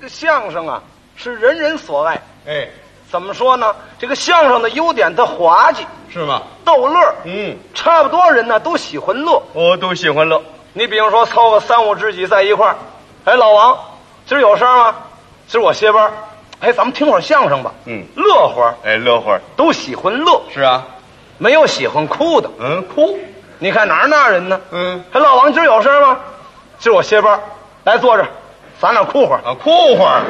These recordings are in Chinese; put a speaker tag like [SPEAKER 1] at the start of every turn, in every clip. [SPEAKER 1] 这相声啊是人人所爱。
[SPEAKER 2] 哎，
[SPEAKER 1] 怎么说呢？这个相声的优点，它滑稽、
[SPEAKER 2] 是吗？
[SPEAKER 1] 逗乐，
[SPEAKER 2] 嗯，
[SPEAKER 1] 差不多人呢都喜欢乐。
[SPEAKER 2] 我都喜欢乐。
[SPEAKER 1] 你比方说凑个三五知己在一块儿，哎，老王，今儿有事儿吗？今儿我歇班儿，哎，咱们听会儿相声吧，
[SPEAKER 2] 嗯
[SPEAKER 1] 乐会儿，
[SPEAKER 2] 哎，乐会儿。
[SPEAKER 1] 都喜欢乐，
[SPEAKER 2] 是啊，
[SPEAKER 1] 没有喜欢哭的。
[SPEAKER 2] 嗯，哭，
[SPEAKER 1] 你看哪儿那儿人呢？
[SPEAKER 2] 嗯
[SPEAKER 1] 哎，老王，今儿有事儿吗？今儿我歇班儿，来坐这儿，咱俩哭会儿，
[SPEAKER 2] 啊，哭会儿，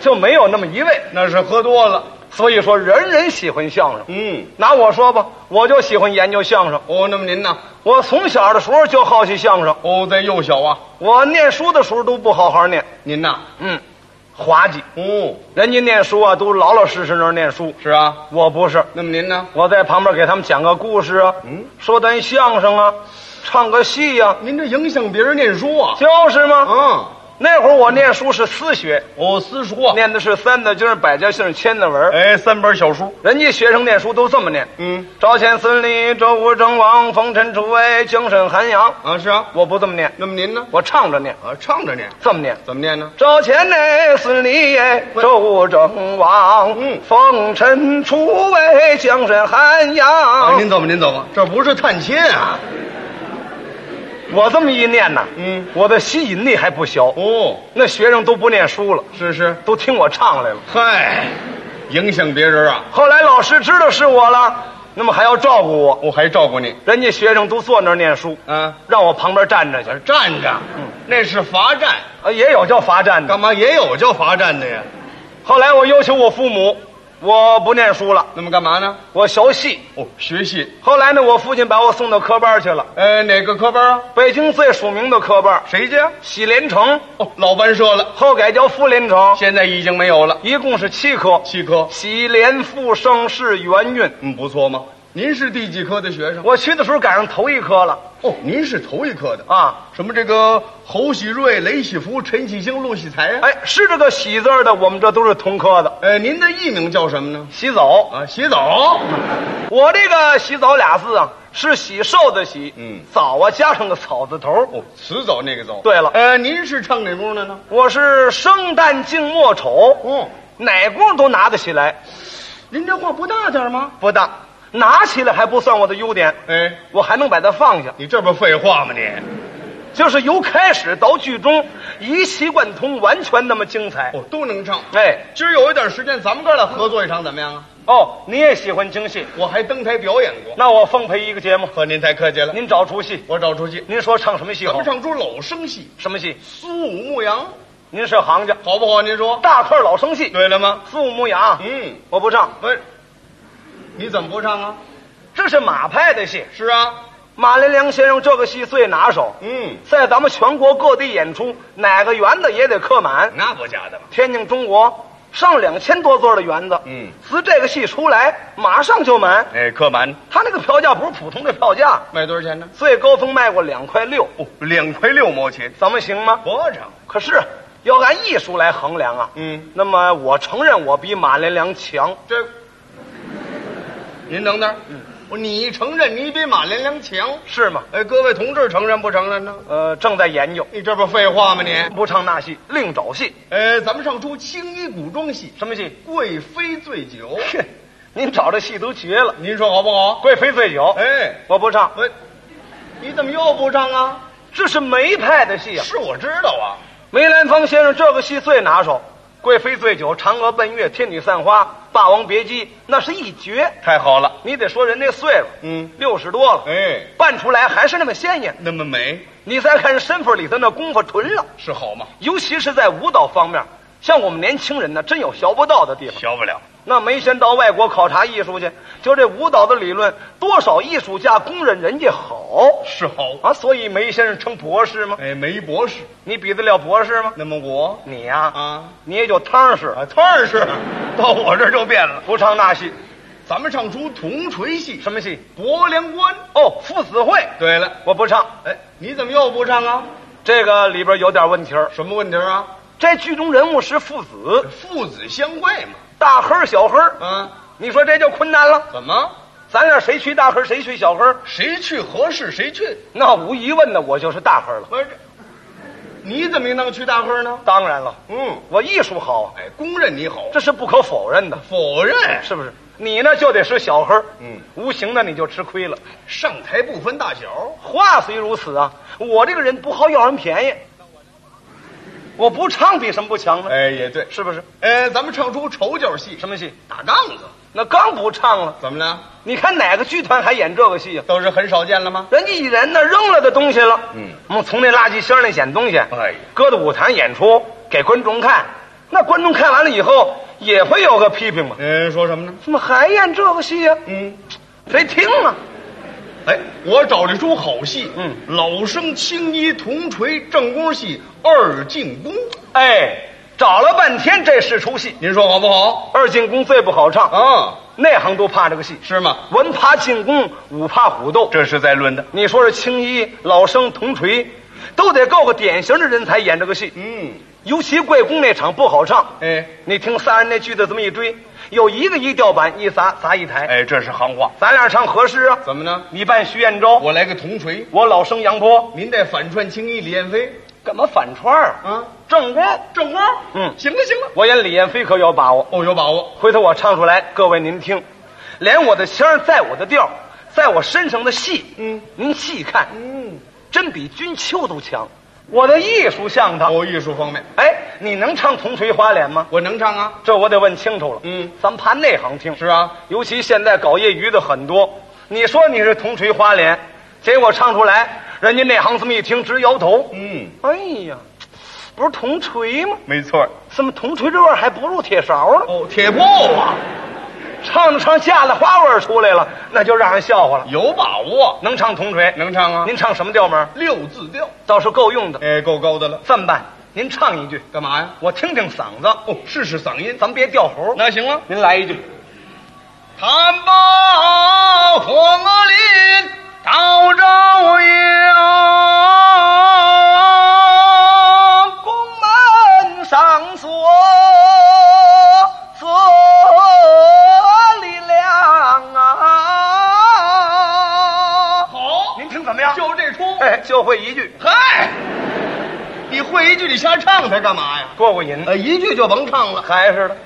[SPEAKER 1] 就没有那么一位。
[SPEAKER 2] 那是喝多了。
[SPEAKER 1] 所以说，人人喜欢相声。
[SPEAKER 2] 嗯，
[SPEAKER 1] 拿我说吧，我就喜欢研究相声。
[SPEAKER 2] 哦，那么您呢？
[SPEAKER 1] 我从小的时候就好奇相声，
[SPEAKER 2] 哦，在幼小啊，
[SPEAKER 1] 我念书的时候都不好好念，
[SPEAKER 2] 您呐？
[SPEAKER 1] 嗯，滑稽。
[SPEAKER 2] 哦，
[SPEAKER 1] 人家念书啊，都老老实实那儿念书，
[SPEAKER 2] 是啊，
[SPEAKER 1] 我不是，
[SPEAKER 2] 那么您呢？
[SPEAKER 1] 我在旁边给他们讲个故事啊，
[SPEAKER 2] 嗯
[SPEAKER 1] 说段相声啊，唱个戏呀、
[SPEAKER 2] 您这影响别人念书啊？
[SPEAKER 1] 就是嘛。
[SPEAKER 2] 嗯，
[SPEAKER 1] 那会儿我念书是私学，
[SPEAKER 2] 哦，私书啊。
[SPEAKER 1] 念的是三字经、百家姓、千字文。
[SPEAKER 2] 哎，三本小书。
[SPEAKER 1] 人家学生念书都这么念：
[SPEAKER 2] 嗯，
[SPEAKER 1] 赵钱孙李周吴郑王冯陈楚卫京沈韩杨。
[SPEAKER 2] 啊，是啊。
[SPEAKER 1] 我不这么念，
[SPEAKER 2] 那么您呢？
[SPEAKER 1] 我唱着念，
[SPEAKER 2] 啊，唱着念，
[SPEAKER 1] 这么念。
[SPEAKER 2] 怎么念呢？
[SPEAKER 1] 赵钱呢，孙李耶，周吴郑王，
[SPEAKER 2] 嗯
[SPEAKER 1] 冯陈楚卫京沈韩
[SPEAKER 2] 啊，
[SPEAKER 1] 杨。
[SPEAKER 2] 您走吧，您走吧，这不是探亲啊。
[SPEAKER 1] 我这么一念呐，
[SPEAKER 2] 嗯
[SPEAKER 1] 我的吸引力还不小。
[SPEAKER 2] 哦，
[SPEAKER 1] 那学生都不念书了，
[SPEAKER 2] 是是。
[SPEAKER 1] 都听我唱来了。
[SPEAKER 2] 嗨，影响别人啊，
[SPEAKER 1] 后来老师知道是我了，那么还要照顾我。
[SPEAKER 2] 我还照顾你
[SPEAKER 1] 人家学生都坐那儿念书，
[SPEAKER 2] 啊。
[SPEAKER 1] 让我旁边站着去。
[SPEAKER 2] 站着，
[SPEAKER 1] 嗯
[SPEAKER 2] 那是罚站，
[SPEAKER 1] 啊，也有叫罚站的。
[SPEAKER 2] 干嘛也有叫罚站的呀？
[SPEAKER 1] 后来我要求我父母，我不念书了，
[SPEAKER 2] 那么干嘛呢？
[SPEAKER 1] 我学戏。
[SPEAKER 2] 哦，学习。
[SPEAKER 1] 后来呢，我父亲把我送到科班去了，
[SPEAKER 2] 呃，哪个科班啊？
[SPEAKER 1] 北京最署名的科班，
[SPEAKER 2] 谁家？
[SPEAKER 1] 喜连城，
[SPEAKER 2] 哦，老班社了，
[SPEAKER 1] 后改叫妇联城，
[SPEAKER 2] 现在已经没有了。
[SPEAKER 1] 一共是七科：
[SPEAKER 2] 七科，
[SPEAKER 1] 喜连复生是元运。
[SPEAKER 2] 嗯，不错嘛。您是第几科的学生？
[SPEAKER 1] 我去的时候赶上头一科了
[SPEAKER 2] 哦，您是头一科的啊。
[SPEAKER 1] 啊！
[SPEAKER 2] 什么这个侯喜瑞、雷喜福、陈喜兴、陆喜才呀、
[SPEAKER 1] 哎，是这个喜字儿的，我们这都是同科的。
[SPEAKER 2] 呃，您的艺名叫什么呢？
[SPEAKER 1] 喜走，
[SPEAKER 2] 啊，洗澡。
[SPEAKER 1] 我这个“洗澡”俩字啊，是喜寿的喜，
[SPEAKER 2] 嗯
[SPEAKER 1] 早啊加上个草字头。
[SPEAKER 2] 哦，辞藻那个藻。
[SPEAKER 1] 对了
[SPEAKER 2] 呃，您是唱哪工的呢？
[SPEAKER 1] 我是生旦净末丑，
[SPEAKER 2] 哦，
[SPEAKER 1] 哪功都拿得起来，
[SPEAKER 2] 您这话不大点吗？
[SPEAKER 1] 不大拿起来还不算我的优点，
[SPEAKER 2] 哎，
[SPEAKER 1] 我还能把它放下，
[SPEAKER 2] 你这不废话吗你？
[SPEAKER 1] 就是由开始到剧中一气贯通，完全那么精彩。
[SPEAKER 2] 哦，都能唱。
[SPEAKER 1] 哎，
[SPEAKER 2] 今儿有一点时间，咱们哥俩合作一场怎么样啊？
[SPEAKER 1] 哦，你也喜欢京戏，
[SPEAKER 2] 我还登台表演过。
[SPEAKER 1] 那我奉陪一个节目，
[SPEAKER 2] 呵，您太客气了。
[SPEAKER 1] 您找出戏，
[SPEAKER 2] 我找出戏，
[SPEAKER 1] 您说唱什么戏
[SPEAKER 2] 咱
[SPEAKER 1] 好
[SPEAKER 2] 们？唱出老生戏
[SPEAKER 1] 什么戏？
[SPEAKER 2] 《苏武牧羊》，
[SPEAKER 1] 您是行家，
[SPEAKER 2] 好不好？您说
[SPEAKER 1] 大块老生戏，
[SPEAKER 2] 对了吗？
[SPEAKER 1] 父母养，
[SPEAKER 2] 嗯，
[SPEAKER 1] 我不唱，
[SPEAKER 2] 不是，你怎么不唱啊？
[SPEAKER 1] 这是马派的戏。
[SPEAKER 2] 是啊，
[SPEAKER 1] 马连良先生这个戏最拿手，
[SPEAKER 2] 嗯，
[SPEAKER 1] 在咱们全国各地演出，哪个园子也得客满。
[SPEAKER 2] 那不假的嘛。
[SPEAKER 1] 天津中国上两千多座的园子，
[SPEAKER 2] 嗯，
[SPEAKER 1] 自这个戏出来，马上就满。
[SPEAKER 2] 哎，客满
[SPEAKER 1] 他那个票价不是普通的票价，
[SPEAKER 2] 卖多少钱呢？
[SPEAKER 1] 最高峰卖过两块六，
[SPEAKER 2] 哦，两块六毛钱。
[SPEAKER 1] 咱们行吗？
[SPEAKER 2] 我唱，
[SPEAKER 1] 可是啊要按艺术来衡量啊，
[SPEAKER 2] 嗯，
[SPEAKER 1] 那么我承认我比马连良强，
[SPEAKER 2] 这，您等等，嗯，你承认你比马连良强？
[SPEAKER 1] 是吗？
[SPEAKER 2] 哎，各位同志承认不承认呢？
[SPEAKER 1] 呃，正在研究，
[SPEAKER 2] 你这不废话吗你？
[SPEAKER 1] 不唱那戏，另找戏。
[SPEAKER 2] 呃，咱们上出青衣古装戏
[SPEAKER 1] 什么戏？
[SPEAKER 2] 《贵妃醉酒》，
[SPEAKER 1] 哼，您找这戏都绝了，
[SPEAKER 2] 您说好不好？
[SPEAKER 1] 贵妃醉酒。
[SPEAKER 2] 哎，
[SPEAKER 1] 我不唱，
[SPEAKER 2] 我，你怎么又不唱啊？
[SPEAKER 1] 这是梅派的戏啊。
[SPEAKER 2] 是我知道啊，
[SPEAKER 1] 梅兰芳先生这个戏最拿手，《贵妃醉酒》《嫦娥奔月》《天女散花》《霸王别姬》，那是一绝。
[SPEAKER 2] 太好了，
[SPEAKER 1] 你得说人家岁数，
[SPEAKER 2] 嗯，
[SPEAKER 1] 六十多了，
[SPEAKER 2] 哎，
[SPEAKER 1] 扮出来还是那么鲜艳。
[SPEAKER 2] 那么美
[SPEAKER 1] 你再看身份里头那功夫纯了，
[SPEAKER 2] 是好吗？
[SPEAKER 1] 尤其是在舞蹈方面，像我们年轻人呢，真有学不到的地方。
[SPEAKER 2] 学不了，
[SPEAKER 1] 那没先到外国考察艺术去，就这舞蹈的理论，多少艺术家公认人家好
[SPEAKER 2] 是好。
[SPEAKER 1] 啊，所以梅先生称博士吗？
[SPEAKER 2] 哎，梅博士，
[SPEAKER 1] 你比得了博士吗？
[SPEAKER 2] 那么我
[SPEAKER 1] 你呀、
[SPEAKER 2] 啊
[SPEAKER 1] 你也就踏实，
[SPEAKER 2] 啊，当然是到我这儿就变了。
[SPEAKER 1] 不唱那戏，
[SPEAKER 2] 咱们唱出铜锤戏，
[SPEAKER 1] 什么戏？
[SPEAKER 2] 薄凉关。
[SPEAKER 1] 哦，父子会，
[SPEAKER 2] 对了，
[SPEAKER 1] 我不唱，
[SPEAKER 2] 哎，你怎么又不唱啊？
[SPEAKER 1] 这个里边有点问题儿。
[SPEAKER 2] 什么问题啊？
[SPEAKER 1] 这剧中人物是父子，
[SPEAKER 2] 父子相会嘛。
[SPEAKER 1] 大黑儿小黑儿，
[SPEAKER 2] 啊，
[SPEAKER 1] 你说这就困难了。
[SPEAKER 2] 怎么？
[SPEAKER 1] 咱俩谁娶大黑儿，谁娶小黑儿？
[SPEAKER 2] 谁去合适谁去？
[SPEAKER 1] 那无疑问的，我就是大黑儿了。
[SPEAKER 2] 不是，你怎么应当去大贺呢？
[SPEAKER 1] 当然了，
[SPEAKER 2] 嗯，
[SPEAKER 1] 我艺术好啊，
[SPEAKER 2] 哎，公认你好，
[SPEAKER 1] 这是不可否认的，
[SPEAKER 2] 否认
[SPEAKER 1] 是不是？你呢就得是小黑，
[SPEAKER 2] 嗯，
[SPEAKER 1] 无形的你就吃亏了。
[SPEAKER 2] 上台不分大小，
[SPEAKER 1] 话虽如此啊，我这个人不好要人便宜，我不唱比什么不强呢？
[SPEAKER 2] 哎，也对。
[SPEAKER 1] 是不是？
[SPEAKER 2] 呃，咱们唱出丑角戏，
[SPEAKER 1] 什么戏？
[SPEAKER 2] 打杠子，
[SPEAKER 1] 那刚不唱了，
[SPEAKER 2] 怎么了？
[SPEAKER 1] 你看哪个剧团还演这个戏啊？
[SPEAKER 2] 都是很少见了吗？
[SPEAKER 1] 人家艺人呢扔了的东西了，
[SPEAKER 2] 嗯
[SPEAKER 1] 我们从那垃圾箱里捡东西，
[SPEAKER 2] 哎呀
[SPEAKER 1] 搁到舞台演出给观众看，那观众看完了以后也会有个批评嘛，
[SPEAKER 2] 嗯，说什么呢？
[SPEAKER 1] 怎么还演这个戏呀、
[SPEAKER 2] 嗯，
[SPEAKER 1] 谁听啊？
[SPEAKER 2] 哎，我找了一出好戏，
[SPEAKER 1] 嗯
[SPEAKER 2] 老生青衣铜锤正宫戏二进宫，
[SPEAKER 1] 哎，找了半天这是出戏，
[SPEAKER 2] 您说好不好？
[SPEAKER 1] 二进宫最不好唱，
[SPEAKER 2] 啊，
[SPEAKER 1] 内行都怕这个戏，
[SPEAKER 2] 是吗？
[SPEAKER 1] 文怕进宫，武怕虎斗。
[SPEAKER 2] 这是在论的。
[SPEAKER 1] 你说是青衣、老生、铜锤，都得够个典型的人才演这个戏。
[SPEAKER 2] 嗯，
[SPEAKER 1] 尤其贵公那场不好唱，
[SPEAKER 2] 哎
[SPEAKER 1] 你听仨人那句子这么一追，有一个一调板一砸砸一台，
[SPEAKER 2] 哎，这是行话。
[SPEAKER 1] 咱俩唱合适啊？
[SPEAKER 2] 怎么呢？
[SPEAKER 1] 你扮徐彦昭，
[SPEAKER 2] 我来个铜锤，
[SPEAKER 1] 我老生杨波，
[SPEAKER 2] 您再反串青衣李彦飞
[SPEAKER 1] 干嘛反串儿？
[SPEAKER 2] 啊，
[SPEAKER 1] 正宫，
[SPEAKER 2] 正宫。
[SPEAKER 1] 嗯
[SPEAKER 2] 行了行了，
[SPEAKER 1] 我演李彦飞可有把握，
[SPEAKER 2] 哦，有把握。
[SPEAKER 1] 回头我唱出来，各位您听，连我的腔儿在我的调儿，在我身上的戏，
[SPEAKER 2] 嗯，
[SPEAKER 1] 您细看，
[SPEAKER 2] 嗯，
[SPEAKER 1] 真比君秋都强。我的艺术像他，
[SPEAKER 2] 哦，艺术方面
[SPEAKER 1] 哎，你能唱铜锤花脸吗？
[SPEAKER 2] 我能唱啊。
[SPEAKER 1] 这我得问清楚了。
[SPEAKER 2] 嗯，
[SPEAKER 1] 咱们怕内行听。
[SPEAKER 2] 是啊，
[SPEAKER 1] 尤其现在搞业余的很多，你说你是铜锤花脸，结果唱出来，人家内行这么一听直摇头。
[SPEAKER 2] 嗯，
[SPEAKER 1] 哎呀，不是铜锤吗？
[SPEAKER 2] 没错。
[SPEAKER 1] 怎么铜锤这味儿还不如铁勺呢？
[SPEAKER 2] 哦，铁炮啊，
[SPEAKER 1] 唱着唱吓得花味儿出来了，那就让人笑话了。
[SPEAKER 2] 有把握，
[SPEAKER 1] 能唱铜锤，
[SPEAKER 2] 能唱啊。
[SPEAKER 1] 您唱什么调门儿？
[SPEAKER 2] 六字调，
[SPEAKER 1] 倒是够用的。
[SPEAKER 2] 哎，够高的了。
[SPEAKER 1] 这么办，您唱一句，
[SPEAKER 2] 干嘛呀？
[SPEAKER 1] 我听听嗓子。
[SPEAKER 2] 哦，试试嗓音。
[SPEAKER 1] 咱别掉猴。
[SPEAKER 2] 那行了。
[SPEAKER 1] 您来一句。
[SPEAKER 2] 探报黄林到朝阳，
[SPEAKER 1] 宫门上锁锁里亮啊！
[SPEAKER 2] 好，
[SPEAKER 1] 您听怎么样？
[SPEAKER 2] 就这出。
[SPEAKER 1] 哎，就会一句，
[SPEAKER 2] 嗨，你会一句，你瞎唱它干嘛呀？
[SPEAKER 1] 过过瘾。哎
[SPEAKER 2] 呃，一句就甭唱了。
[SPEAKER 1] 还是的，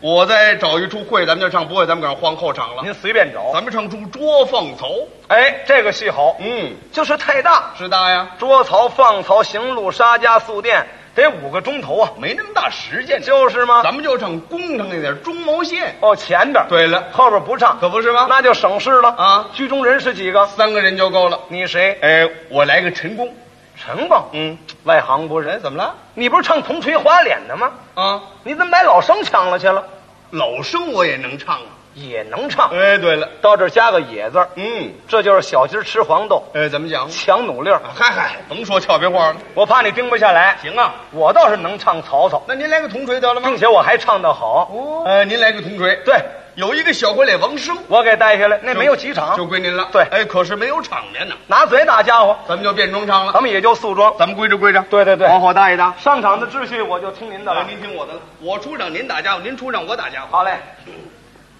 [SPEAKER 2] 我再找一出会，咱们就唱；不会，咱们赶上换后场了。
[SPEAKER 1] 您随便找。
[SPEAKER 2] 咱们唱出《捉放曹》。
[SPEAKER 1] 哎，这个戏好，
[SPEAKER 2] 嗯，
[SPEAKER 1] 就是太大，
[SPEAKER 2] 是大呀，
[SPEAKER 1] 捉曹、放曹、行路、杀家、宿店，得五个钟头啊。
[SPEAKER 2] 没那么大时间。
[SPEAKER 1] 就是吗？
[SPEAKER 2] 咱们就唱工程那点中毛线。
[SPEAKER 1] 哦，前边，
[SPEAKER 2] 对了，
[SPEAKER 1] 后边不唱，
[SPEAKER 2] 可不是吗？
[SPEAKER 1] 那就省事了
[SPEAKER 2] 啊
[SPEAKER 1] 剧中人是几个？
[SPEAKER 2] 三个人就够了。
[SPEAKER 1] 你谁？
[SPEAKER 2] 哎，我来个陈宫。
[SPEAKER 1] 陈吧，
[SPEAKER 2] 嗯，
[SPEAKER 1] 外行不
[SPEAKER 2] 哎，
[SPEAKER 1] 人。
[SPEAKER 2] 怎么了？
[SPEAKER 1] 你不是唱铜锤花脸的吗？
[SPEAKER 2] 啊，
[SPEAKER 1] 你怎么把老生抢了去了？
[SPEAKER 2] 老生我也能唱啊。
[SPEAKER 1] 也能唱，
[SPEAKER 2] 哎，对了，
[SPEAKER 1] 到这儿加个野字儿，
[SPEAKER 2] 嗯，
[SPEAKER 1] 这就是小鸡儿吃黄豆，
[SPEAKER 2] 哎，怎么讲？
[SPEAKER 1] 强努力儿。
[SPEAKER 2] 嗨嗨，甭说俏皮话了。
[SPEAKER 1] 我怕你盯不下来，
[SPEAKER 2] 行啊，
[SPEAKER 1] 我倒是能唱曹操，
[SPEAKER 2] 那您来个铜锤得了吗
[SPEAKER 1] 并？且我还唱得好。
[SPEAKER 2] 哦，呃，您来个铜锤。，
[SPEAKER 1] 对，
[SPEAKER 2] 有一个小傀儡王生，
[SPEAKER 1] 我给带下来，那
[SPEAKER 2] 就
[SPEAKER 1] 没有几场，
[SPEAKER 2] 就归您了。
[SPEAKER 1] 对
[SPEAKER 2] 哎，可是没有场面呢，
[SPEAKER 1] 拿嘴打家伙，
[SPEAKER 2] 咱们就变装唱
[SPEAKER 1] 咱
[SPEAKER 2] 了。
[SPEAKER 1] 们也就素装。
[SPEAKER 2] 咱们归着归着。
[SPEAKER 1] 对对对，哎
[SPEAKER 2] 往后搭一搭。
[SPEAKER 1] 上场的秩序我就听您的
[SPEAKER 2] 啊
[SPEAKER 1] 了。
[SPEAKER 2] 您听我的了，我出场您打家伙，您出场我打家伙。
[SPEAKER 1] 好嘞，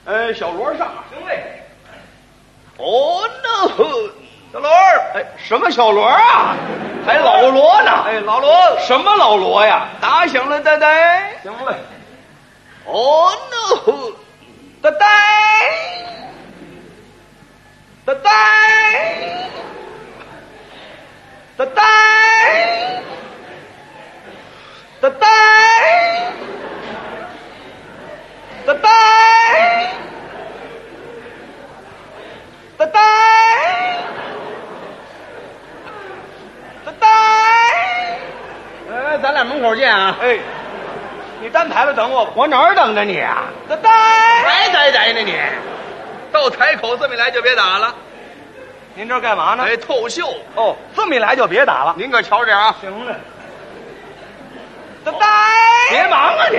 [SPEAKER 2] 呃，小罗上啊。
[SPEAKER 1] 行嘞。
[SPEAKER 2] 哦 no，
[SPEAKER 1] 小罗儿，
[SPEAKER 2] 哎，什么小罗啊？还老罗呢？
[SPEAKER 1] 哎，老罗，
[SPEAKER 2] 什么老罗呀？打响了呆呆。
[SPEAKER 1] 行嘞，
[SPEAKER 2] 哦 no，
[SPEAKER 1] 哒呆，哒呆，哒呆，哒呆，哒呆，哒呆，哒呆。
[SPEAKER 2] 哎，咱俩门口见啊！
[SPEAKER 1] 哎，你单排了等我吧。
[SPEAKER 2] 我哪儿等着你啊？
[SPEAKER 1] 哒呆，
[SPEAKER 2] 还呆呆呢你？到台口这么一来就别打了，
[SPEAKER 1] 您这儿干嘛呢？
[SPEAKER 2] 哎，透秀。
[SPEAKER 1] 哦，这么一来就别打了。
[SPEAKER 2] 您可瞧点啊！
[SPEAKER 1] 行了，拜拜，
[SPEAKER 2] 别忙啊你！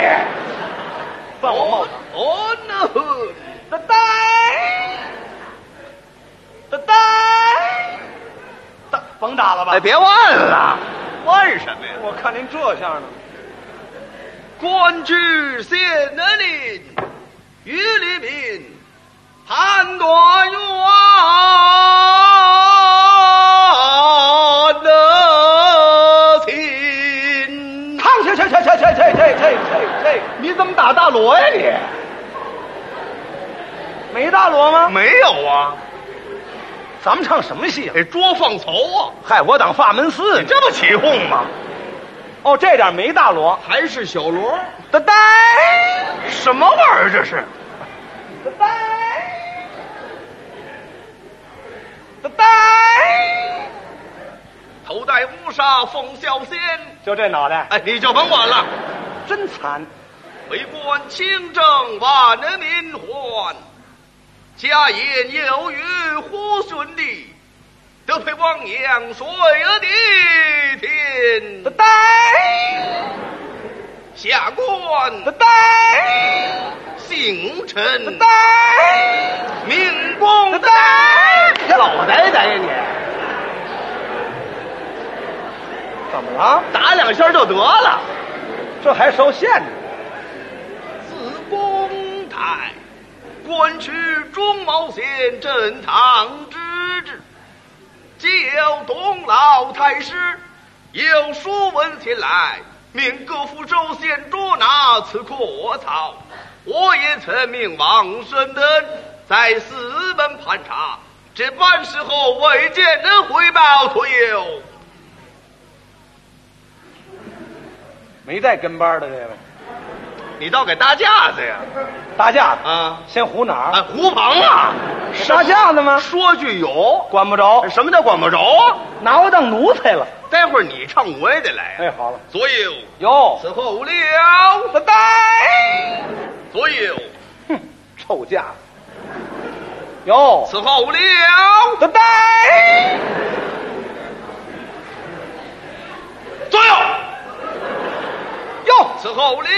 [SPEAKER 1] 犯我帽子，
[SPEAKER 2] 哦 no，
[SPEAKER 1] 拜拜，拜拜，打甭打了吧？
[SPEAKER 2] 哎，别问了，问什么呀？
[SPEAKER 1] 我看您这样呢，
[SPEAKER 2] 官至县能令，于黎民，判官员得体。
[SPEAKER 1] 这这这这这这
[SPEAKER 2] 你怎么打大锣呀你？
[SPEAKER 1] 没大锣吗？
[SPEAKER 2] 没有啊，
[SPEAKER 1] 咱们唱什么戏啊？
[SPEAKER 2] 得捉放曹啊！
[SPEAKER 1] 嗨，我当法门寺
[SPEAKER 2] 你
[SPEAKER 1] 呢。
[SPEAKER 2] 这不起哄吗？
[SPEAKER 1] 哦，这点没大锣。
[SPEAKER 2] 还是小锣？
[SPEAKER 1] 哒哒
[SPEAKER 2] 什么玩意儿这是？
[SPEAKER 1] 哒哒哒哒，
[SPEAKER 2] 头戴乌纱凤啸仙。
[SPEAKER 1] 就这脑袋，
[SPEAKER 2] 哎，你就甭管了。
[SPEAKER 1] 真惨。
[SPEAKER 2] 为官清正，万人民欢。家言有语呼顺利，德配汪洋水而地
[SPEAKER 1] 哒
[SPEAKER 2] 天。
[SPEAKER 1] 哒哒
[SPEAKER 2] 下官
[SPEAKER 1] 哒
[SPEAKER 2] 姓陈，
[SPEAKER 1] 哒。
[SPEAKER 2] 名公。
[SPEAKER 1] 你老呆呆呀你！怎么了？
[SPEAKER 2] 打两下就得了。
[SPEAKER 1] 这还收线呢？
[SPEAKER 2] 自公台，官区中毛县镇堂之治，既有董老太师，也有书文前来，命各府州县捉拿此阔草。我也曾命王生登在四门盘查，这办事后未见人回报退休。
[SPEAKER 1] 没带跟班的这位，
[SPEAKER 2] 你倒给搭架子呀！
[SPEAKER 1] 搭架子
[SPEAKER 2] 啊，
[SPEAKER 1] 先糊哪
[SPEAKER 2] 啊，
[SPEAKER 1] 儿？
[SPEAKER 2] 胡庞啊，
[SPEAKER 1] 搭架子吗？
[SPEAKER 2] 说句有，
[SPEAKER 1] 管不着，
[SPEAKER 2] 什么叫管不着啊？
[SPEAKER 1] 拿我当奴才了。
[SPEAKER 2] 待会儿你唱我也得来、
[SPEAKER 1] 哎，好了，
[SPEAKER 2] 左右，
[SPEAKER 1] 哟，
[SPEAKER 2] 此后无聊。
[SPEAKER 1] 哒呆，
[SPEAKER 2] 左右，
[SPEAKER 1] 哼，臭架子，哟，
[SPEAKER 2] 此后无聊。
[SPEAKER 1] 哒呆，
[SPEAKER 2] 左右，
[SPEAKER 1] 哟，
[SPEAKER 2] 此后无聊。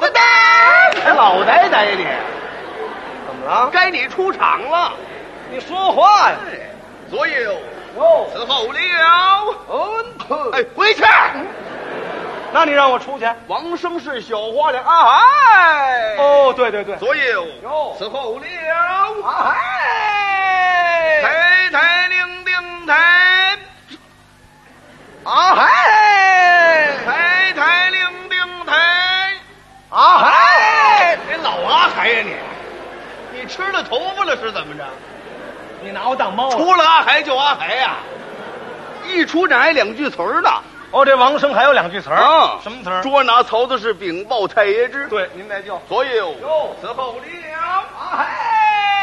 [SPEAKER 1] 哒呆，还老呆呆呀你？怎么了？
[SPEAKER 2] 该你出场了。
[SPEAKER 1] 你说话呀？
[SPEAKER 2] 哎左右，
[SPEAKER 1] 哟，
[SPEAKER 2] 此后无聊。
[SPEAKER 1] 嗯，
[SPEAKER 2] 哎，回去。
[SPEAKER 1] 那你让我出去？
[SPEAKER 2] 王生是小花脸啊！哎，
[SPEAKER 1] 哦，对对对，
[SPEAKER 2] 左右
[SPEAKER 1] 哟，
[SPEAKER 2] 此后无聊。
[SPEAKER 1] 啊嗨，
[SPEAKER 2] 抬抬令定抬，
[SPEAKER 1] 啊嗨，
[SPEAKER 2] 抬抬令定抬。
[SPEAKER 1] 啊嗨，
[SPEAKER 2] 你老阿海呀你！你吃了头发了是怎么着？
[SPEAKER 1] 你拿我当猫啊了？
[SPEAKER 2] 除了阿海就阿海呀、一出这还两句词儿呢。
[SPEAKER 1] 哦，这王生还有两句词儿
[SPEAKER 2] 啊
[SPEAKER 1] 什么词儿？
[SPEAKER 2] 捉拿曹操是禀报太爷知。，
[SPEAKER 1] 对，您来叫。
[SPEAKER 2] 左右
[SPEAKER 1] 哟
[SPEAKER 2] 此后了。
[SPEAKER 1] 啊嗨，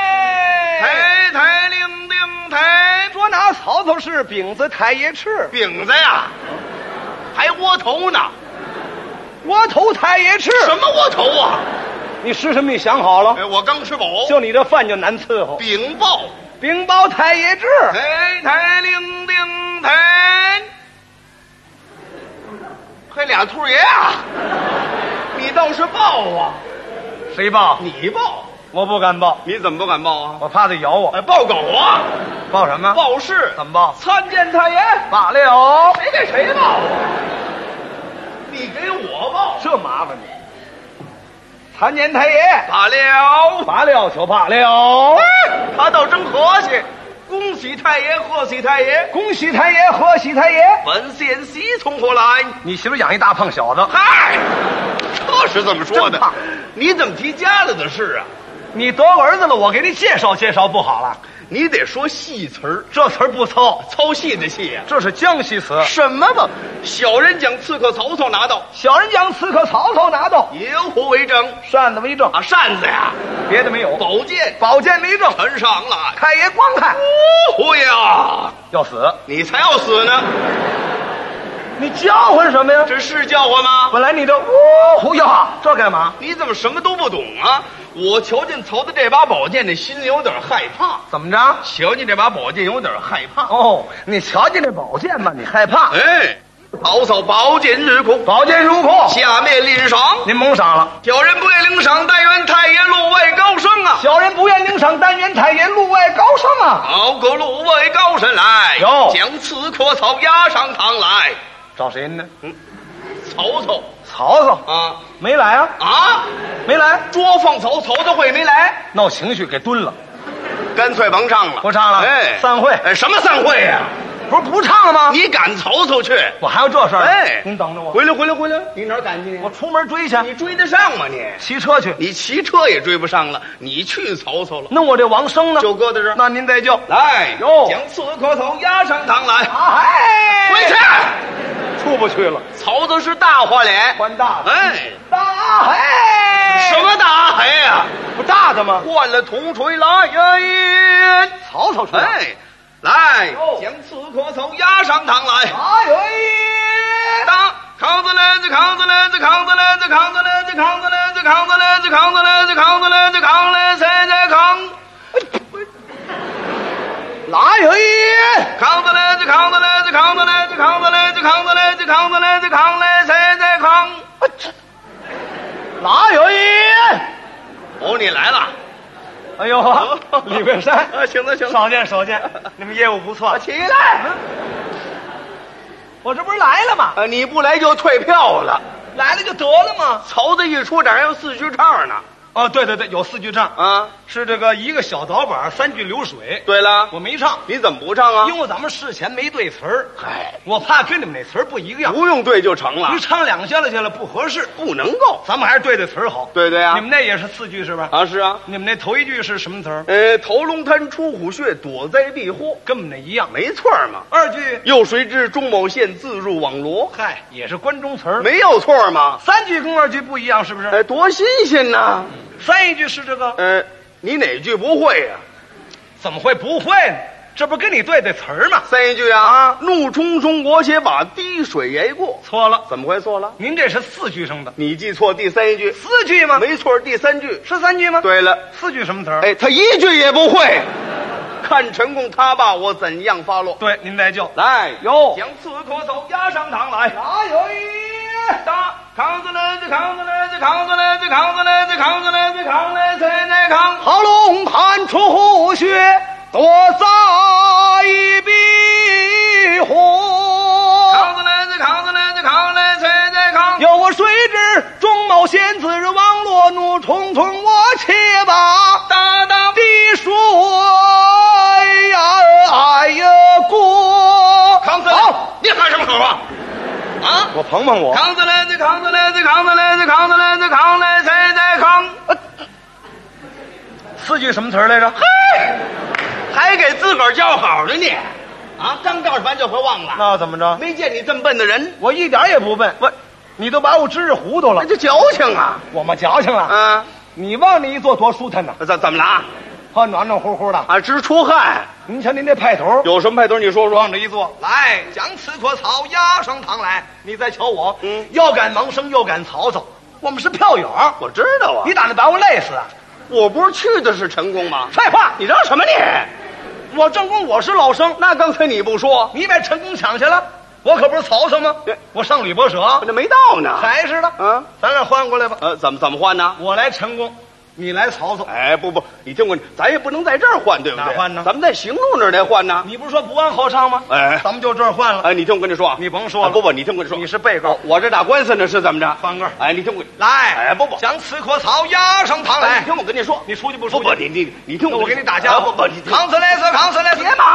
[SPEAKER 2] 哎抬抬令令抬，
[SPEAKER 1] 捉拿曹操是饼子抬爷翅，
[SPEAKER 2] 饼子呀，还窝头呢？
[SPEAKER 1] 窝头抬爷翅。
[SPEAKER 2] 什么窝头啊？
[SPEAKER 1] 你吃什么？你想好了？
[SPEAKER 2] 哎，我刚吃饱。
[SPEAKER 1] 就你这饭就难伺候。
[SPEAKER 2] 禀报。
[SPEAKER 1] 饼包抬爷翅，
[SPEAKER 2] 哎抬抬令令抬，嘿，俩兔爷啊！你倒是报啊！
[SPEAKER 1] 谁抱？
[SPEAKER 2] 你报？
[SPEAKER 1] 我不敢抱，
[SPEAKER 2] 你怎么不敢报啊？
[SPEAKER 1] 我怕他咬我。
[SPEAKER 2] 哎，报狗啊！
[SPEAKER 1] 抱什么？
[SPEAKER 2] 报事
[SPEAKER 1] 怎么报？
[SPEAKER 2] 参见太爷，
[SPEAKER 1] 罢了。
[SPEAKER 2] 谁给谁报啊？你给我报。
[SPEAKER 1] 这麻烦你。参见太爷，
[SPEAKER 2] 罢了，哎
[SPEAKER 1] 罢了就罢了。
[SPEAKER 2] 他倒真和气。恭喜太爷，贺喜太爷！
[SPEAKER 1] 恭喜太爷，贺喜太爷。
[SPEAKER 2] 本县喜从何来？
[SPEAKER 1] 你媳妇养一大胖小子，
[SPEAKER 2] 嗨，这是怎么说
[SPEAKER 1] 真
[SPEAKER 2] 的
[SPEAKER 1] 胖？
[SPEAKER 2] 你怎么提家里的事啊？
[SPEAKER 1] 你得儿子了，我给你介绍介绍不好了？
[SPEAKER 2] 你得说戏词儿，
[SPEAKER 1] 这词儿不糙，
[SPEAKER 2] 操戏的戏呀、
[SPEAKER 1] 这是江西词。
[SPEAKER 2] 什么吧？小人将刺客曹操拿到，
[SPEAKER 1] 小人将刺客曹操拿到，
[SPEAKER 2] 有虎为证
[SPEAKER 1] 扇子为证，
[SPEAKER 2] 啊，扇子呀，
[SPEAKER 1] 别的没有，
[SPEAKER 2] 宝剑
[SPEAKER 1] 宝剑为证。
[SPEAKER 2] 呈上来。
[SPEAKER 1] 太爷光看
[SPEAKER 2] 呼呀，
[SPEAKER 1] 要死，
[SPEAKER 2] 你才要死呢！
[SPEAKER 1] 你叫唤什么呀？
[SPEAKER 2] 这是叫唤吗？
[SPEAKER 1] 本来你这呜呼呀，这干嘛？
[SPEAKER 2] 你怎么什么都不懂啊？我瞧见曹操这把宝剑，这心里有点害怕。
[SPEAKER 1] 怎么着？
[SPEAKER 2] 瞧见这把宝剑，有点害怕。
[SPEAKER 1] 哦，你瞧见这宝剑吧，你害怕。
[SPEAKER 2] 哎，曹操宝剑入库，
[SPEAKER 1] 宝剑入库，
[SPEAKER 2] 下面领赏。
[SPEAKER 1] 您蒙赏了。
[SPEAKER 2] 小人不愿领赏，但愿太爷路外高升啊！
[SPEAKER 1] 小人不愿领赏，但愿太爷路外高升啊！
[SPEAKER 2] 好狗路外高神来，
[SPEAKER 1] 有
[SPEAKER 2] 将刺客曹押上堂来。
[SPEAKER 1] 找谁呢？
[SPEAKER 2] 曹操
[SPEAKER 1] 曹操
[SPEAKER 2] 啊
[SPEAKER 1] 没来啊？
[SPEAKER 2] 啊！
[SPEAKER 1] 没来，
[SPEAKER 2] 捉放曹，曹操会没来，
[SPEAKER 1] 闹情绪给蹲了，
[SPEAKER 2] 干脆甭唱了，
[SPEAKER 1] 不唱了
[SPEAKER 2] 哎，
[SPEAKER 1] 散会
[SPEAKER 2] 哎，什么散会呀、
[SPEAKER 1] 不是不唱了吗？
[SPEAKER 2] 你敢瞅瞅去？
[SPEAKER 1] 我还有这事儿呢。
[SPEAKER 2] 哎，
[SPEAKER 1] 您等着我，
[SPEAKER 2] 回来，回来，回来！你哪儿敢去？
[SPEAKER 1] 我出门追去，
[SPEAKER 2] 你追得上吗？你
[SPEAKER 1] 骑车去。
[SPEAKER 2] 你骑车也追不上了，你去瞅瞅了，
[SPEAKER 1] 那我这王生呢？
[SPEAKER 2] 就搁在这儿。
[SPEAKER 1] 那您再叫。
[SPEAKER 2] 来，
[SPEAKER 1] 哟
[SPEAKER 2] 将刺壳头押上堂来，
[SPEAKER 1] 哎
[SPEAKER 2] 回去
[SPEAKER 1] 出不去了，
[SPEAKER 2] 瞅瞅是大哎花脸，
[SPEAKER 1] 官大的，
[SPEAKER 2] 哎，
[SPEAKER 1] 大嘿
[SPEAKER 2] 什么大黑呀、
[SPEAKER 1] 不大的吗？
[SPEAKER 2] 换了铜锤来呀！
[SPEAKER 1] 曹操出来，
[SPEAKER 2] 哎，来
[SPEAKER 1] 哟，
[SPEAKER 2] 将刺壳头押上堂来。
[SPEAKER 1] 哎呦，
[SPEAKER 2] 当扛着篮子，扛着篮子，扛着篮子，扛着篮子，扛着篮子，扛着篮子，扛着篮子，扛着篮子，扛着谁在扛？
[SPEAKER 1] 来嘿，
[SPEAKER 2] 扛着篮子，扛着篮子，扛着篮子，扛着篮子，扛着篮子，扛着篮子，扛着谁在扛？
[SPEAKER 1] 来嘿，
[SPEAKER 2] 哦，你来了，
[SPEAKER 1] 哎呦，李桂山，
[SPEAKER 2] 啊，行了行了，
[SPEAKER 1] 少见少见，你们业务不错
[SPEAKER 2] 啊，。起来，
[SPEAKER 1] 我这不是来了吗？
[SPEAKER 2] 啊，你不来就退票了。
[SPEAKER 1] 来了就得了吗？
[SPEAKER 2] 曹子一出场还有四句唱呢，
[SPEAKER 1] 哦，对对对，有四句唱，
[SPEAKER 2] 啊，
[SPEAKER 1] 是这个一个小导板，三句流水，
[SPEAKER 2] 对了，
[SPEAKER 1] 我没唱，
[SPEAKER 2] 你怎么不唱啊？
[SPEAKER 1] 因为咱们事前没对词儿，
[SPEAKER 2] 嗨，
[SPEAKER 1] 我怕跟你们那词儿不一样，
[SPEAKER 2] 不用对就成了
[SPEAKER 1] 你，唱两下了去了不合适。
[SPEAKER 2] 不能够。
[SPEAKER 1] 咱们还是对对词儿好。
[SPEAKER 2] 对对啊
[SPEAKER 1] 你们那也是四句是吧？
[SPEAKER 2] 啊，是啊，
[SPEAKER 1] 你们那头一句是什么词儿？
[SPEAKER 2] 呃，头龙滩出虎穴，躲灾避祸，
[SPEAKER 1] 跟我们那一样。
[SPEAKER 2] 没错儿嘛。
[SPEAKER 1] 二句，
[SPEAKER 2] 又谁知中某县自入网罗，
[SPEAKER 1] 嗨，也是关中词儿。
[SPEAKER 2] 没有错儿嘛。
[SPEAKER 1] 三句跟二句不一样，是不是？
[SPEAKER 2] 哎，多新鲜呐！
[SPEAKER 1] 三一句是这个，
[SPEAKER 2] 呃，你哪句不会呀、
[SPEAKER 1] 怎么会不会呢？这不跟你对对词儿吗？
[SPEAKER 2] 三一句啊，啊怒冲冲，我且把滴水挨过，
[SPEAKER 1] 错了，
[SPEAKER 2] 怎么会错了？
[SPEAKER 1] 您这是四句生的，
[SPEAKER 2] 你记错第三一句，
[SPEAKER 1] 四句吗？
[SPEAKER 2] 没错儿，第三句。
[SPEAKER 1] 是三句吗？，
[SPEAKER 2] 对了，
[SPEAKER 1] 四句什么词儿？
[SPEAKER 2] 哎，他一句也不会。看陈公他爸我怎样发落。
[SPEAKER 1] 对，您来叫。
[SPEAKER 2] 来，
[SPEAKER 1] 哟，
[SPEAKER 2] 将刺客头押上堂来。
[SPEAKER 1] 哪有一？
[SPEAKER 2] 当扛着来子，扛着来子，扛着来子，扛着来子，扛着来子，扛来谁来扛？
[SPEAKER 1] 好龙潭出虎穴，躲灾避祸。
[SPEAKER 2] 扛着来子，扛着来子，扛来谁来扛？
[SPEAKER 1] 要我谁知中某仙子是王罗怒冲冲，我且把
[SPEAKER 2] 当当
[SPEAKER 1] 地水呀哎呀过。
[SPEAKER 2] 扛着
[SPEAKER 1] 好，
[SPEAKER 2] 来，你喊什么口啊？啊！
[SPEAKER 1] 我捧捧我
[SPEAKER 2] 扛着来子，扛着来子，扛着来子，扛着来子，扛来谁来扛？
[SPEAKER 1] 四句什么词儿来着？
[SPEAKER 2] 还给自个儿叫好呢你？啊，刚叫完就会忘了，
[SPEAKER 1] 那怎么着？
[SPEAKER 2] 没见你这么笨的人，
[SPEAKER 1] 我一点也不笨，我，你都把我知识糊涂了
[SPEAKER 2] 那，就矫情啊！
[SPEAKER 1] 我们矫情了。
[SPEAKER 2] 啊，
[SPEAKER 1] 你往那一坐多舒坦呐，
[SPEAKER 2] 怎怎么了啊？
[SPEAKER 1] 好暖暖乎乎的。
[SPEAKER 2] 啊，直出汗，
[SPEAKER 1] 您瞧您这派头，
[SPEAKER 2] 有什么派头你说说
[SPEAKER 1] 往。这一坐，来将此棵草压上堂来。你再瞧我，
[SPEAKER 2] 嗯
[SPEAKER 1] 又赶盲生又赶曹操，我们是票友，
[SPEAKER 2] 我知道啊，
[SPEAKER 1] 你打算把我累死啊？
[SPEAKER 2] 我不是去的是陈宫吗？
[SPEAKER 1] 废话，
[SPEAKER 2] 你嚷什么你？
[SPEAKER 1] 我正宫我是老生，
[SPEAKER 2] 那刚才你不说，
[SPEAKER 1] 你把陈宫抢去了，我可不是曹操吗
[SPEAKER 2] 对？
[SPEAKER 1] 我上吕伯
[SPEAKER 2] 我
[SPEAKER 1] 奢，
[SPEAKER 2] 这没到呢。
[SPEAKER 1] 还是的，
[SPEAKER 2] 啊，
[SPEAKER 1] 咱俩换过来吧，
[SPEAKER 2] 呃，怎么怎么换呢？
[SPEAKER 1] 我来陈宫，你来曹操。
[SPEAKER 2] 哎，不不，你听我，咱也不能在这儿换，对不对？
[SPEAKER 1] 哪换呢
[SPEAKER 2] 咱们在行路那儿再换呢。
[SPEAKER 1] 你不是说不按后唱吗？
[SPEAKER 2] 哎
[SPEAKER 1] 咱们就这儿换了。
[SPEAKER 2] 哎，你听我跟你说啊，
[SPEAKER 1] 你甭说了
[SPEAKER 2] 啊不不，你听我跟你说，
[SPEAKER 1] 你是被告
[SPEAKER 2] 哦，我这打官司呢，是怎么着？
[SPEAKER 1] 翻个儿
[SPEAKER 2] 哎，你听我，
[SPEAKER 1] 来，
[SPEAKER 2] 哎不不
[SPEAKER 1] 将此棵草压上堂
[SPEAKER 2] 哎，
[SPEAKER 1] 来
[SPEAKER 2] 你。听我跟你说，
[SPEAKER 1] 你出去不出
[SPEAKER 2] 不
[SPEAKER 1] 去？
[SPEAKER 2] 不，你你你听
[SPEAKER 1] 那
[SPEAKER 2] 我，
[SPEAKER 1] 我给你打架。
[SPEAKER 2] 哎不不，你
[SPEAKER 1] 扛死来死，扛死来死，
[SPEAKER 2] 别忙，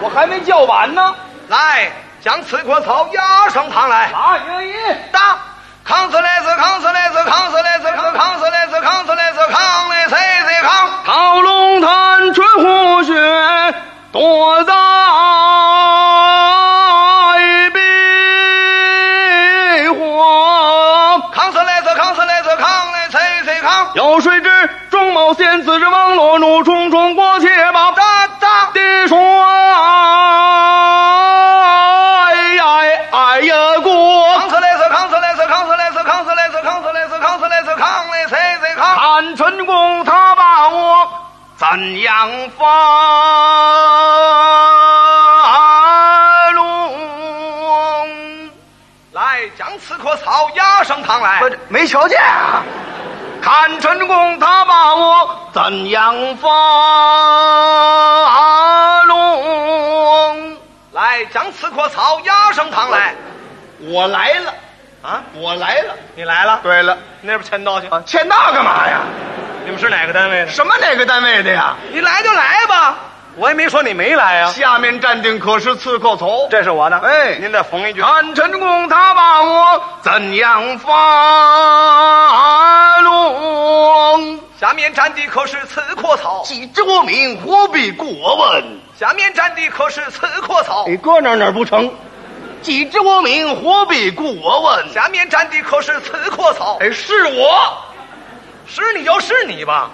[SPEAKER 2] 我还没叫完呢。
[SPEAKER 1] 来，将此棵草压上堂来。
[SPEAKER 2] 啊，原因
[SPEAKER 1] 当，扛死来死，扛死来死，扛死来死，扛死来死，扛死来死，扛来谁谁扛？
[SPEAKER 2] 桃龙潭春湖雪，躲在避祸。
[SPEAKER 1] 扛死来死，扛死来死，扛来谁谁扛？
[SPEAKER 2] 有谁知中某仙子之王罗怒冲冲过且把
[SPEAKER 1] 哒哒，
[SPEAKER 2] 地说哎呀哎呀
[SPEAKER 1] 扛
[SPEAKER 2] 过，
[SPEAKER 1] 死来死，扛死来死，扛死来死，扛死来死，扛死来死，扛死来死，扛来谁谁扛？
[SPEAKER 2] 看陈公他把我怎样发落？
[SPEAKER 1] 来，将此棵草压上堂来。
[SPEAKER 2] 没瞧见啊！看陈公他把我怎样发落？
[SPEAKER 1] 来，将此棵草压上堂来。
[SPEAKER 2] 我来了，
[SPEAKER 1] 啊，
[SPEAKER 2] 我来了。
[SPEAKER 1] 你来了？
[SPEAKER 2] 对了，
[SPEAKER 1] 那边签到去。
[SPEAKER 2] 啊欠那干嘛呀？
[SPEAKER 1] 你们是哪个单位的？
[SPEAKER 2] 什么哪个单位的呀？
[SPEAKER 1] 你来就来吧，我也没说你没来啊。
[SPEAKER 2] 下面站定可是刺客头，
[SPEAKER 1] 这是我的，
[SPEAKER 2] 哎
[SPEAKER 1] 您再缝一句。
[SPEAKER 2] 看陈宫他把我怎样发落？
[SPEAKER 1] 下面站的可是刺阔草，
[SPEAKER 2] 既遮名，何必过问？
[SPEAKER 1] 下面站的可是刺阔草，
[SPEAKER 2] 哎
[SPEAKER 3] 你搁哪儿哪儿不成？
[SPEAKER 2] 既遮名，何必过问？
[SPEAKER 1] 下面站的可是刺阔草。
[SPEAKER 2] 哎，是我，
[SPEAKER 1] 是你就是你吧，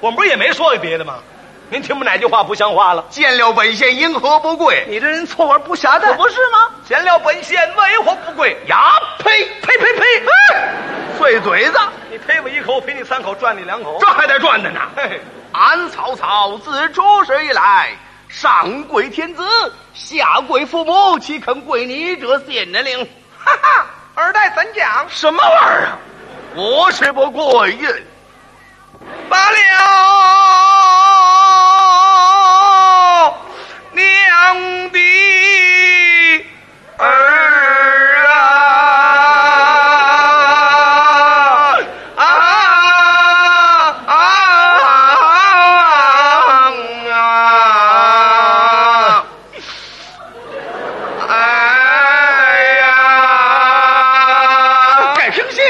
[SPEAKER 1] 我们不是也没说别的吗？您听不哪句话不像话了？
[SPEAKER 2] 见了本县因何不跪？
[SPEAKER 1] 你这人错玩不暇当，
[SPEAKER 2] 可不是吗？
[SPEAKER 1] 闲聊本县为何不跪？
[SPEAKER 2] 呀呸
[SPEAKER 1] 呸呸呸！
[SPEAKER 2] 呸！碎嘴子，
[SPEAKER 1] 你呸我一口，我赔你三口，赚你两口。
[SPEAKER 2] 这还带转的呢！
[SPEAKER 1] 嘿嘿，
[SPEAKER 2] 俺曹操自出世以来，上跪天子，下跪父母，岂肯跪你这县人令？
[SPEAKER 1] 哈哈，二代怎讲？
[SPEAKER 2] 什么玩意儿啊？我是不过瘾，
[SPEAKER 1] 罢了，娘的儿啊啊啊啊！哎呀！
[SPEAKER 2] 改评戏。